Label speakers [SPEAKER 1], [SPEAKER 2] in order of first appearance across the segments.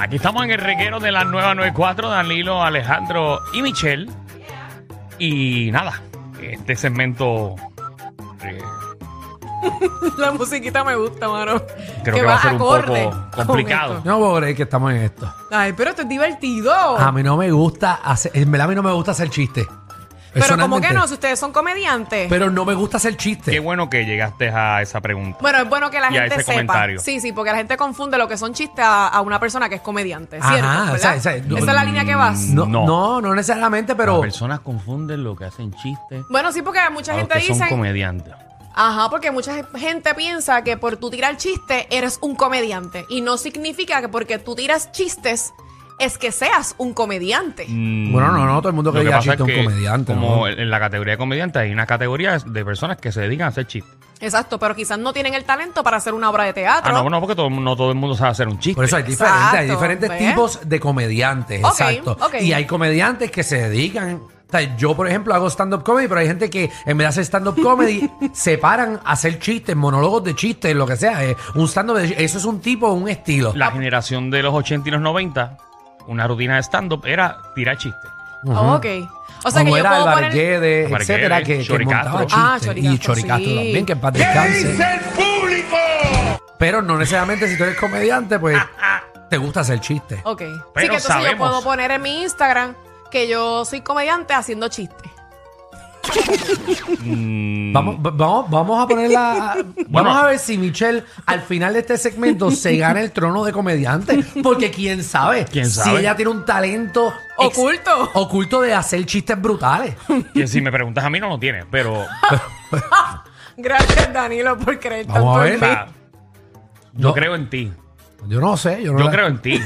[SPEAKER 1] Aquí estamos en el reguero de la nueva 94, Danilo, Alejandro y Michelle. Y nada, este segmento eh,
[SPEAKER 2] La musiquita me gusta, mano.
[SPEAKER 1] creo que, va a ser un poco complicado.
[SPEAKER 3] No puedo creer que estamos en esto.
[SPEAKER 2] Ay, pero esto es divertido.
[SPEAKER 1] Ah,
[SPEAKER 3] A mí no me gusta hacer, en verdad a mí no me gusta hacer chistes.
[SPEAKER 2] pero como que
[SPEAKER 3] Personalmente.
[SPEAKER 2] no, si ustedes son comediantes.
[SPEAKER 3] Pero no me gusta hacer chistes.
[SPEAKER 1] Qué bueno que llegaste a esa pregunta.
[SPEAKER 2] bueno, es bueno que la
[SPEAKER 1] Y a
[SPEAKER 2] gente
[SPEAKER 1] ese
[SPEAKER 2] sepa.
[SPEAKER 1] comentario.
[SPEAKER 2] Sí, sí, porque la gente confunde lo que son chistes a, a una persona que es comediante,
[SPEAKER 3] Ajá,
[SPEAKER 2] ¿cierto? ¿Verdad?
[SPEAKER 3] o sea, esa- no-
[SPEAKER 2] es la línea que vas.
[SPEAKER 3] no,
[SPEAKER 1] No.
[SPEAKER 3] no, no, necesariamente, pero
[SPEAKER 1] personas confunden lo que hacen chistes
[SPEAKER 2] Bueno, sí, porque mucha gente dice.
[SPEAKER 1] comediantes.
[SPEAKER 2] Ajá, porque mucha gente piensa que por tú tirar chiste eres un comediante. Y no significa que porque tú tiras chistes es que seas un comediante.
[SPEAKER 1] Mm.
[SPEAKER 3] Bueno, no, no, todo el mundo que
[SPEAKER 1] Lo que
[SPEAKER 3] diga
[SPEAKER 1] pasa
[SPEAKER 3] chiste
[SPEAKER 1] es
[SPEAKER 3] es un
[SPEAKER 1] que,
[SPEAKER 3] comediante,
[SPEAKER 1] Como
[SPEAKER 3] ¿no?
[SPEAKER 1] en la categoría de comediantes, hay una categoría de personas que se dedican a hacer chistes.
[SPEAKER 2] Exacto, pero quizás no tienen el talento para hacer una obra de teatro.
[SPEAKER 1] Ah, no, no, porque todo, no todo el mundo sabe hacer un chiste.
[SPEAKER 3] por eso hay
[SPEAKER 2] Exacto,
[SPEAKER 3] diferentes, hay diferentes
[SPEAKER 2] ¿ves?
[SPEAKER 3] tipos de comediantes,
[SPEAKER 2] Ok,
[SPEAKER 3] exacto.
[SPEAKER 2] ok.
[SPEAKER 3] Y hay comediantes que se dedican. o sea, yo, por ejemplo, hago stand-up comedy, pero hay gente que en vez de hacer stand-up comedy se paran a hacer chistes, monólogos de chistes, lo que sea. eh, un stand-up de- Eso es un tipo, un estilo.
[SPEAKER 1] la generación de los 80 y los 90, una rutina de stand-up era tirar chistes.
[SPEAKER 2] Oh, ok. O sea
[SPEAKER 3] como
[SPEAKER 2] que yo
[SPEAKER 3] era
[SPEAKER 2] puedo
[SPEAKER 3] Álvarez
[SPEAKER 2] poner...
[SPEAKER 3] Guedes,
[SPEAKER 1] Álvarez
[SPEAKER 3] etcétera,
[SPEAKER 1] Guedes,
[SPEAKER 3] que, que
[SPEAKER 1] Chori
[SPEAKER 3] montaba
[SPEAKER 1] Castro.
[SPEAKER 3] chistes.
[SPEAKER 2] Ah, Chori
[SPEAKER 3] y
[SPEAKER 2] Castro,
[SPEAKER 3] Chori Castro
[SPEAKER 2] sí.
[SPEAKER 3] también, que en paz descanse.
[SPEAKER 1] el público?
[SPEAKER 3] Pero no necesariamente si tú eres comediante, pues te gusta hacer chistes.
[SPEAKER 2] Ok.
[SPEAKER 1] Pero
[SPEAKER 2] sí, que entonces yo
[SPEAKER 1] sabemos.
[SPEAKER 2] puedo poner en mi Instagram que yo soy comediante haciendo chistes.
[SPEAKER 3] Vamos, va- vamos, vamos a ponerla.
[SPEAKER 1] Bueno.
[SPEAKER 3] vamos a ver si Michelle al final de este segmento se gana el trono de comediante. Porque quién sabe,
[SPEAKER 1] ¿Quién sabe?
[SPEAKER 3] si ella tiene un talento ex-
[SPEAKER 2] Oculto.
[SPEAKER 3] oculto de hacer chistes brutales.
[SPEAKER 1] Que si me preguntas a mí no lo tiene, pero
[SPEAKER 2] Gracias, Danilo, por creer
[SPEAKER 3] Oh. Vamos
[SPEAKER 2] tanto
[SPEAKER 3] a
[SPEAKER 2] en
[SPEAKER 1] o
[SPEAKER 3] verla.
[SPEAKER 2] mí.
[SPEAKER 1] sea, yo
[SPEAKER 3] No.
[SPEAKER 1] creo en ti.
[SPEAKER 3] Yo no sé, yo no
[SPEAKER 1] Yo
[SPEAKER 3] la-
[SPEAKER 1] creo en ti.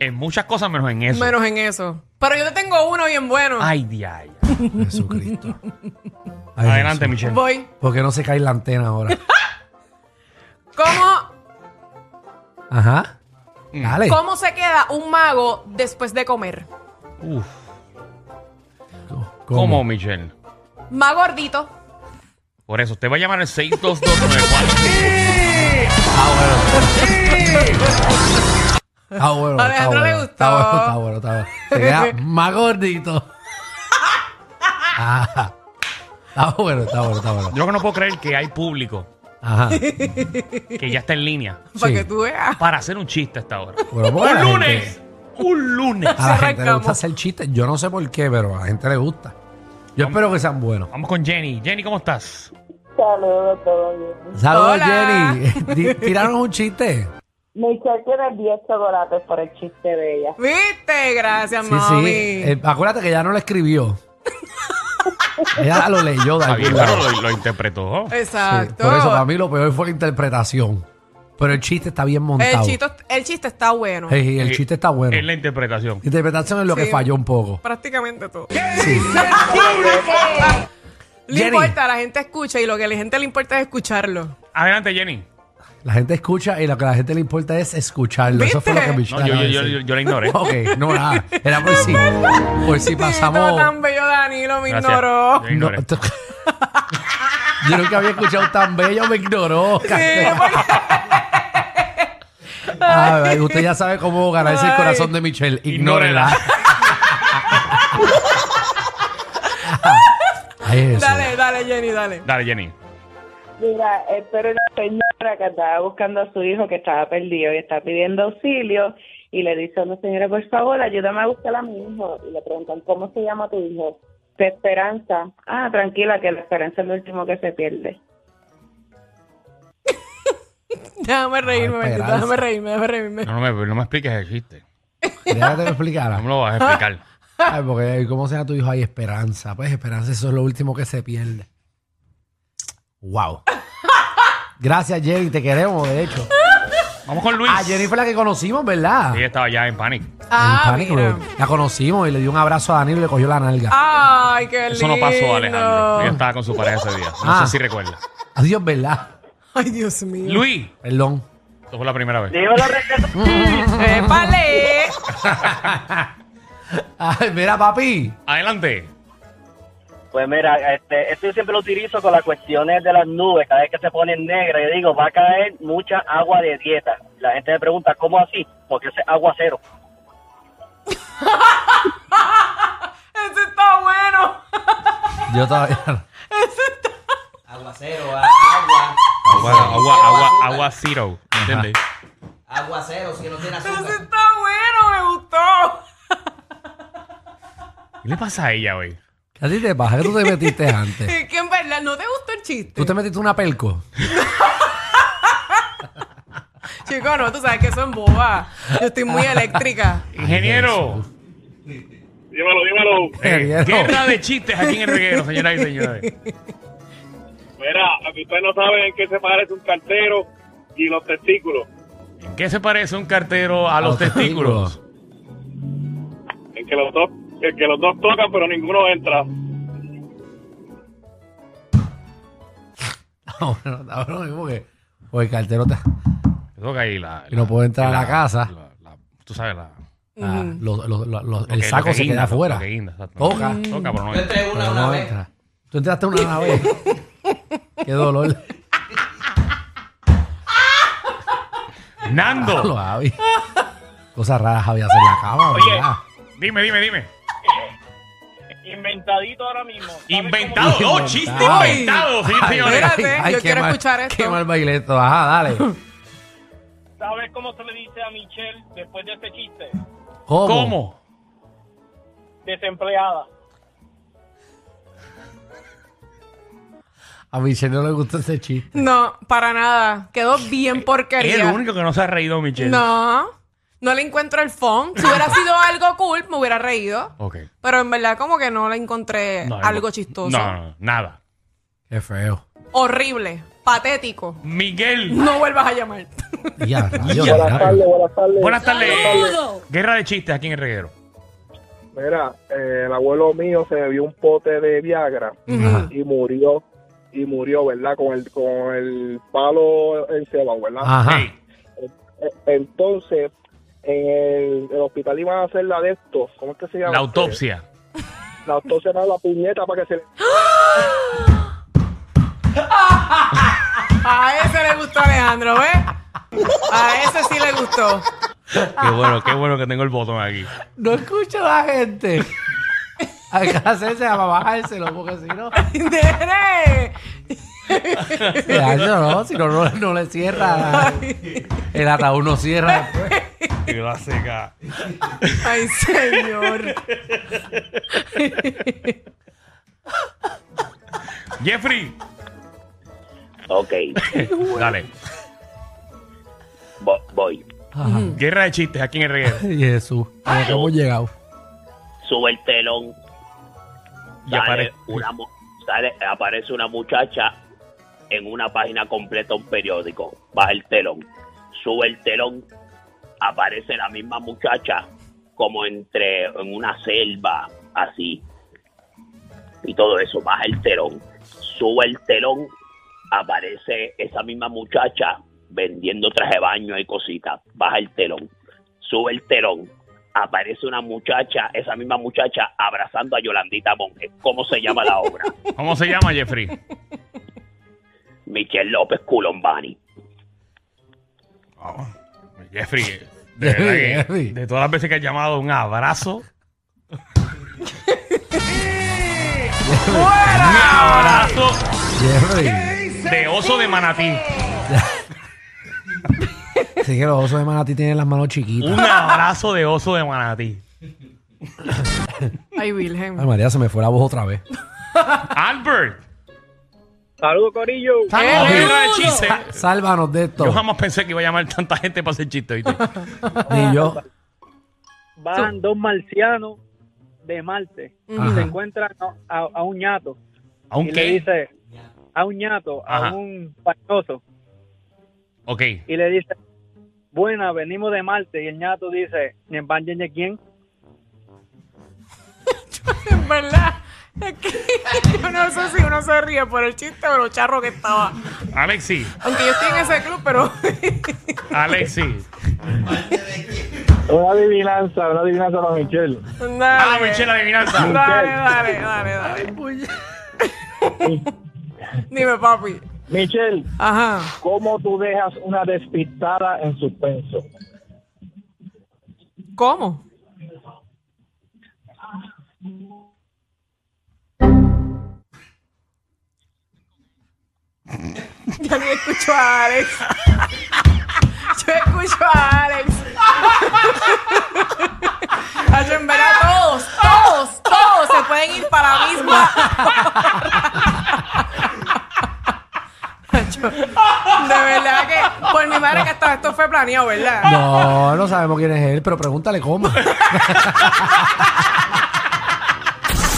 [SPEAKER 1] En muchas cosas menos en eso.
[SPEAKER 2] Menos en eso. Pero yo te tengo uno bien bueno.
[SPEAKER 1] Ay, diay.
[SPEAKER 3] Jesucristo. Ay,
[SPEAKER 1] Adelante,
[SPEAKER 3] Jesús.
[SPEAKER 1] Michelle.
[SPEAKER 2] Voy.
[SPEAKER 3] ¿Por qué no se cae la antena ahora?
[SPEAKER 2] ¿Cómo,
[SPEAKER 3] Ajá.
[SPEAKER 1] Mm.
[SPEAKER 3] Dale.
[SPEAKER 2] ¿Cómo se queda un mago después de comer?
[SPEAKER 1] Uf.
[SPEAKER 3] ¿Cómo?
[SPEAKER 1] ¿Cómo, Michelle?
[SPEAKER 2] Mago gordito.
[SPEAKER 1] Por eso, usted va a llamar al 62294.
[SPEAKER 3] Ah, Está Ah, bueno.
[SPEAKER 2] A
[SPEAKER 3] está
[SPEAKER 2] Alejandro
[SPEAKER 3] bueno,
[SPEAKER 2] le gustó.
[SPEAKER 3] Está bueno, está bueno, está bueno. Se queda más gordito. Ajá. Está bueno, está bueno, está bueno.
[SPEAKER 1] Yo que no puedo creer que hay público
[SPEAKER 3] Ajá.
[SPEAKER 1] que ya está en línea
[SPEAKER 2] Para
[SPEAKER 3] Sí.
[SPEAKER 2] que tú veas.
[SPEAKER 1] para hacer un chiste hasta ahora.
[SPEAKER 3] Bueno,
[SPEAKER 1] ¡Un
[SPEAKER 3] pues, la gente-
[SPEAKER 1] lunes! ¡Un lunes!
[SPEAKER 3] a la
[SPEAKER 2] Se
[SPEAKER 3] gente le
[SPEAKER 2] arrancamos.
[SPEAKER 3] gusta hacer chistes. Yo no sé por qué, pero a la gente le gusta. Yo espero que sean buenos.
[SPEAKER 1] Vamos con Jenny. Jenny, ¿cómo estás?
[SPEAKER 4] Saludos, todo bien.
[SPEAKER 3] Saludos,
[SPEAKER 2] Hola.
[SPEAKER 3] Jenny. Di- Tiraron un chiste.
[SPEAKER 4] Michelle tiene 10 chocolates por el chiste de ella.
[SPEAKER 2] ¿Viste? Gracias,
[SPEAKER 3] Sí,
[SPEAKER 2] mami.
[SPEAKER 3] sí. Eh, acuérdate que ya no lo escribió. Ella lo leyó de
[SPEAKER 1] Está bien,
[SPEAKER 3] algún
[SPEAKER 1] claro,
[SPEAKER 3] lado.
[SPEAKER 1] lo, lo interpretó.
[SPEAKER 3] Sí,
[SPEAKER 2] Exacto.
[SPEAKER 3] Por eso, para mí lo peor fue la interpretación. Pero el chiste está bien
[SPEAKER 2] el,
[SPEAKER 3] montado.
[SPEAKER 2] chiste, el chiste está bueno.
[SPEAKER 3] Sí, sí, el
[SPEAKER 1] Eh,
[SPEAKER 3] chiste está bueno.
[SPEAKER 1] Es la interpretación.
[SPEAKER 3] La interpretación es lo
[SPEAKER 2] Sí.
[SPEAKER 3] que falló un poco.
[SPEAKER 2] Prácticamente todo.
[SPEAKER 3] Sí.
[SPEAKER 2] No
[SPEAKER 3] Jenny.
[SPEAKER 2] importa, la gente escucha y lo que a la gente le importa es escucharlo.
[SPEAKER 1] Adelante, Jenny.
[SPEAKER 3] La gente escucha y lo que a la gente le importa es escucharlo. Eso fue lo que
[SPEAKER 2] ¿Viste?
[SPEAKER 3] Michelle
[SPEAKER 1] No, yo, yo,
[SPEAKER 3] acaba de
[SPEAKER 1] yo, yo,
[SPEAKER 3] decir.
[SPEAKER 1] yo la ignoré.
[SPEAKER 3] Ok, no, nada. Era por si, por si
[SPEAKER 2] Tito
[SPEAKER 3] pasamos.
[SPEAKER 2] tan bello Danilo me
[SPEAKER 1] Gracias.
[SPEAKER 2] ignoró.
[SPEAKER 1] Yo la
[SPEAKER 3] No,
[SPEAKER 1] ignoré.
[SPEAKER 3] yo nunca había escuchado tan bello, me ignoró. Ay, usted Ah, ya sabe cómo ganarse el
[SPEAKER 2] Ay.
[SPEAKER 3] corazón de Michelle.
[SPEAKER 1] Ignórela.
[SPEAKER 3] Ignórela. Ah, Ay, Jesús.
[SPEAKER 2] Dale, dale, Jenny, dale.
[SPEAKER 1] Dale, Jenny.
[SPEAKER 4] Mira, eh, pero una señora que estaba buscando a su hijo que estaba perdido y está pidiendo auxilio y le dice a la señora, por favor, ayúdame a buscar a mi hijo. Y le preguntan, ¿cómo se llama tu hijo? De esperanza. Ah, tranquila, que la esperanza es lo último que se pierde.
[SPEAKER 3] Ah,
[SPEAKER 2] Déjame reírme,
[SPEAKER 3] Ay,
[SPEAKER 2] bendito,
[SPEAKER 3] Esperanza.
[SPEAKER 2] déjame reírme, déjame reírme.
[SPEAKER 1] No, no, me, no me expliques el chiste.
[SPEAKER 3] Déjate que me
[SPEAKER 1] No
[SPEAKER 3] explicara.
[SPEAKER 1] me lo vas a explicar.
[SPEAKER 3] Ay, porque como sea tu hijo hay esperanza. Pues esperanza, eso es lo último que se pierde. Wow. Gracias, Jenny, te queremos, de hecho.
[SPEAKER 1] Vamos con Luis.
[SPEAKER 3] A Ah, Jenny fue la que conocimos, ¿verdad?
[SPEAKER 1] Ella estaba ya en pánico.
[SPEAKER 2] Ah,
[SPEAKER 3] En pánico,
[SPEAKER 2] mira. Ah.
[SPEAKER 3] pero La conocimos y le dio un abrazo a Danilo y le cogió la nalga.
[SPEAKER 2] Ay, qué lindo.
[SPEAKER 1] Eso no pasó, Alejandro. Ella estaba con su pareja ese día. No
[SPEAKER 3] Ah.
[SPEAKER 1] sé si recuerda.
[SPEAKER 3] Adiós, ¿verdad?
[SPEAKER 2] Ay, Dios mío.
[SPEAKER 1] Luis,
[SPEAKER 3] Perdón.
[SPEAKER 1] esto fue la primera vez.
[SPEAKER 4] Dímelo, Ricardo.
[SPEAKER 2] ¡Épale!
[SPEAKER 3] Ay, mira, papi.
[SPEAKER 1] Adelante.
[SPEAKER 5] Pues mira, este, esto yo siempre lo utilizo con las cuestiones de las nubes. Cada vez que se ponen negras, yo digo, va a caer mucha agua de dieta. La gente me pregunta, ¿cómo así? Porque ese es aguacero.
[SPEAKER 2] ¡Ese está bueno!
[SPEAKER 3] Yo todavía.
[SPEAKER 6] Aguacero, a- agua.
[SPEAKER 1] Agua, agua, agua, agua zero. ¿Entiendes?
[SPEAKER 6] Aguacero, si no tiene
[SPEAKER 2] ¡Ese
[SPEAKER 6] azúcar.
[SPEAKER 2] está bueno! ¡Me gustó!
[SPEAKER 1] ¿Qué le pasa a ella hoy?
[SPEAKER 3] ¿Qué a ti te pasa? ¿Qué tú te metiste antes?
[SPEAKER 2] Es que en verdad no te gustó el chiste.
[SPEAKER 3] ¿Tú te metiste una pelco?
[SPEAKER 2] Chico, no, tú sabes que son bobas. Yo estoy muy
[SPEAKER 1] Ah.
[SPEAKER 2] eléctrica.
[SPEAKER 1] Ingeniero.
[SPEAKER 7] Dímelo, dímelo.
[SPEAKER 1] Eh,
[SPEAKER 3] Ingeniero.
[SPEAKER 1] guerra de chistes aquí en el reguero, señoras y señores.
[SPEAKER 7] Mira, a mí ustedes no saben en qué se parece un cartero y los testículos.
[SPEAKER 1] ¿En qué se parece un cartero a los testículos?
[SPEAKER 7] En que los dos, en que los dos tocan, pero ninguno entra.
[SPEAKER 3] No, bueno, está bueno mismo que. Porque el cartero te-
[SPEAKER 1] Eso que ahí la,
[SPEAKER 3] Y no
[SPEAKER 1] la-
[SPEAKER 3] puede entrar a la casa.
[SPEAKER 1] la- la- tú sabes, la,
[SPEAKER 3] Ah, lo- lo- lo- lo-
[SPEAKER 1] lo
[SPEAKER 3] el
[SPEAKER 1] que-
[SPEAKER 3] saco
[SPEAKER 1] lo que
[SPEAKER 3] se
[SPEAKER 1] guinda,
[SPEAKER 3] queda afuera.
[SPEAKER 1] lo que guinda, exacto.
[SPEAKER 3] Toca.
[SPEAKER 1] Toca, pero no entra.
[SPEAKER 6] Yo entré una
[SPEAKER 3] Pero
[SPEAKER 6] una
[SPEAKER 3] no
[SPEAKER 6] vez.
[SPEAKER 3] entra. Tú entraste una, una vez. Qué dolor. Lo,
[SPEAKER 1] Nando.
[SPEAKER 3] Javi. Cosas raras, Javi, hacer en la cama,
[SPEAKER 5] Oye.
[SPEAKER 3] ¿verdad?
[SPEAKER 1] Dime, dime, dime.
[SPEAKER 5] Inventadito ahora mismo.
[SPEAKER 1] Inventado. Oh, chiste
[SPEAKER 3] Inventado.
[SPEAKER 1] inventado, sí, señores.
[SPEAKER 2] Espérate, yo
[SPEAKER 3] qué
[SPEAKER 2] quiero
[SPEAKER 3] mal-
[SPEAKER 2] escuchar esto.
[SPEAKER 3] Qué mal baileto. Ajá, dale.
[SPEAKER 5] ¿Sabes cómo se le dice a Michelle después de este chiste?
[SPEAKER 3] ¿Cómo?
[SPEAKER 1] ¿Cómo?
[SPEAKER 5] Desempleada.
[SPEAKER 3] A Michelle no le gustó ese chiste.
[SPEAKER 2] No, para nada. Quedó bien porquería.
[SPEAKER 1] Eh, Es el único que no se ha reído, Michelle.
[SPEAKER 2] No, no le encuentro el fondo. Si hubiera sido algo cool, me hubiera reído.
[SPEAKER 1] Ok.
[SPEAKER 2] Pero en verdad como que no le encontré
[SPEAKER 1] No,
[SPEAKER 2] algo chistoso.
[SPEAKER 1] Eh, No, no, nada.
[SPEAKER 3] Qué feo.
[SPEAKER 2] Horrible, patético.
[SPEAKER 1] Miguel.
[SPEAKER 2] No vuelvas a llamar.
[SPEAKER 3] Ya, rayos,
[SPEAKER 4] Buenas
[SPEAKER 3] diablo.
[SPEAKER 4] tardes, buenas tardes.
[SPEAKER 1] Buenas tardes. Guerra de chistes aquí en el reguero.
[SPEAKER 7] Mira, eh, el abuelo mío se bebió un pote de Viagra
[SPEAKER 3] Ajá.
[SPEAKER 7] y murió, y murió, ¿verdad? Con el, con el palo encebado, ¿verdad?
[SPEAKER 3] Ajá.
[SPEAKER 1] Ey,
[SPEAKER 7] Eh, Entonces, en el, el hospital iban a hacer la de estos, ¿cómo es que se llama?
[SPEAKER 1] la autopsia.
[SPEAKER 7] La autopsia era la puñeta para que se le...
[SPEAKER 2] A ese le gustó Alejandro, ¿ves? A ese sí le gustó.
[SPEAKER 1] Qué bueno, qué bueno que tengo el botón aquí.
[SPEAKER 3] No escucho a la gente. Alcáncese a bajárselo, porque si no.
[SPEAKER 2] Nene.
[SPEAKER 3] Ay, no, no, si no, no, no le cierra. El ataúd no cierra después.
[SPEAKER 1] Y la seca.
[SPEAKER 2] Ay, señor.
[SPEAKER 1] Jeffrey.
[SPEAKER 5] Ok,
[SPEAKER 1] Dale.
[SPEAKER 5] voy.
[SPEAKER 3] Ajá.
[SPEAKER 1] Guerra de chistes aquí en el reguero.
[SPEAKER 3] Jesús, ¿a qué hemos llegado?
[SPEAKER 5] Sube el telón.
[SPEAKER 1] Y aparece.
[SPEAKER 5] mu- sale- aparece una muchacha en una página completa, un periódico. Baja el telón, sube el telón, aparece la misma muchacha como entre en una selva, así. Y todo eso, baja el telón, sube el telón, aparece esa misma muchacha vendiendo traje de baño y cositas. Baja el telón, sube el telón, aparece una muchacha, esa misma muchacha abrazando a Yolandita Monge. ¿Cómo se llama la obra?
[SPEAKER 1] ¿Cómo se llama, Jeffrey?
[SPEAKER 5] Michelle López Culombani.
[SPEAKER 1] Oh, Jeffrey, de, verdad que,
[SPEAKER 3] Jeffrey.
[SPEAKER 1] de todas las veces que has llamado, un abrazo. ¡Fuera! Un abrazo
[SPEAKER 3] Jeffrey.
[SPEAKER 1] de oso de manatí.
[SPEAKER 3] Sí que los osos de manatí tienen las manos chiquitas.
[SPEAKER 1] Un abrazo de oso de manatí.
[SPEAKER 2] Ay, Virgen.
[SPEAKER 3] Ay, María, se me fue la voz otra vez.
[SPEAKER 1] Albert,
[SPEAKER 7] Saludos, Corillo.
[SPEAKER 1] estamos en la guerra de chistes.
[SPEAKER 3] Sálvanos de esto.
[SPEAKER 1] Yo jamás pensé que iba a llamar tanta gente para hacer chistes, ¿viste?
[SPEAKER 3] Ni yo.
[SPEAKER 8] van dos marcianos de Marte y se
[SPEAKER 3] Ajá.
[SPEAKER 8] encuentran a, a- a un ñato y le
[SPEAKER 1] Aunque,
[SPEAKER 8] dice a un ñato,
[SPEAKER 1] Ajá.
[SPEAKER 8] a un pañoso
[SPEAKER 1] ok,
[SPEAKER 8] y le dice buena, venimos de Marte. Y el ñato dice, ni en pan, ni en quién.
[SPEAKER 2] En verdad, es que yo no sé si uno se ríe por el chiste o lo charro que estaba.
[SPEAKER 1] Alexi,
[SPEAKER 2] Aunque yo estoy en ese club, pero.
[SPEAKER 1] Alexi.
[SPEAKER 7] Una adivinanza, una adivinanza para Michelle.
[SPEAKER 1] Ah,
[SPEAKER 2] dale,
[SPEAKER 1] Michelle, adivinanza.
[SPEAKER 2] dale, dale, dale, dale. Dime, papi.
[SPEAKER 7] Michelle,
[SPEAKER 2] Ah. Ajá.
[SPEAKER 7] ¿cómo tú dejas una despistada en suspenso?
[SPEAKER 2] ¿Cómo? Ya ni escucho a Alex. Yo escucho a Alex. Ay, en verdad, todos, todos, todos se pueden ir para la misma. Yo- De verdad que, por mi madre que esto, esto fue planeado, ¿verdad?
[SPEAKER 3] No, no sabemos quién es él, pero pregúntale cómo.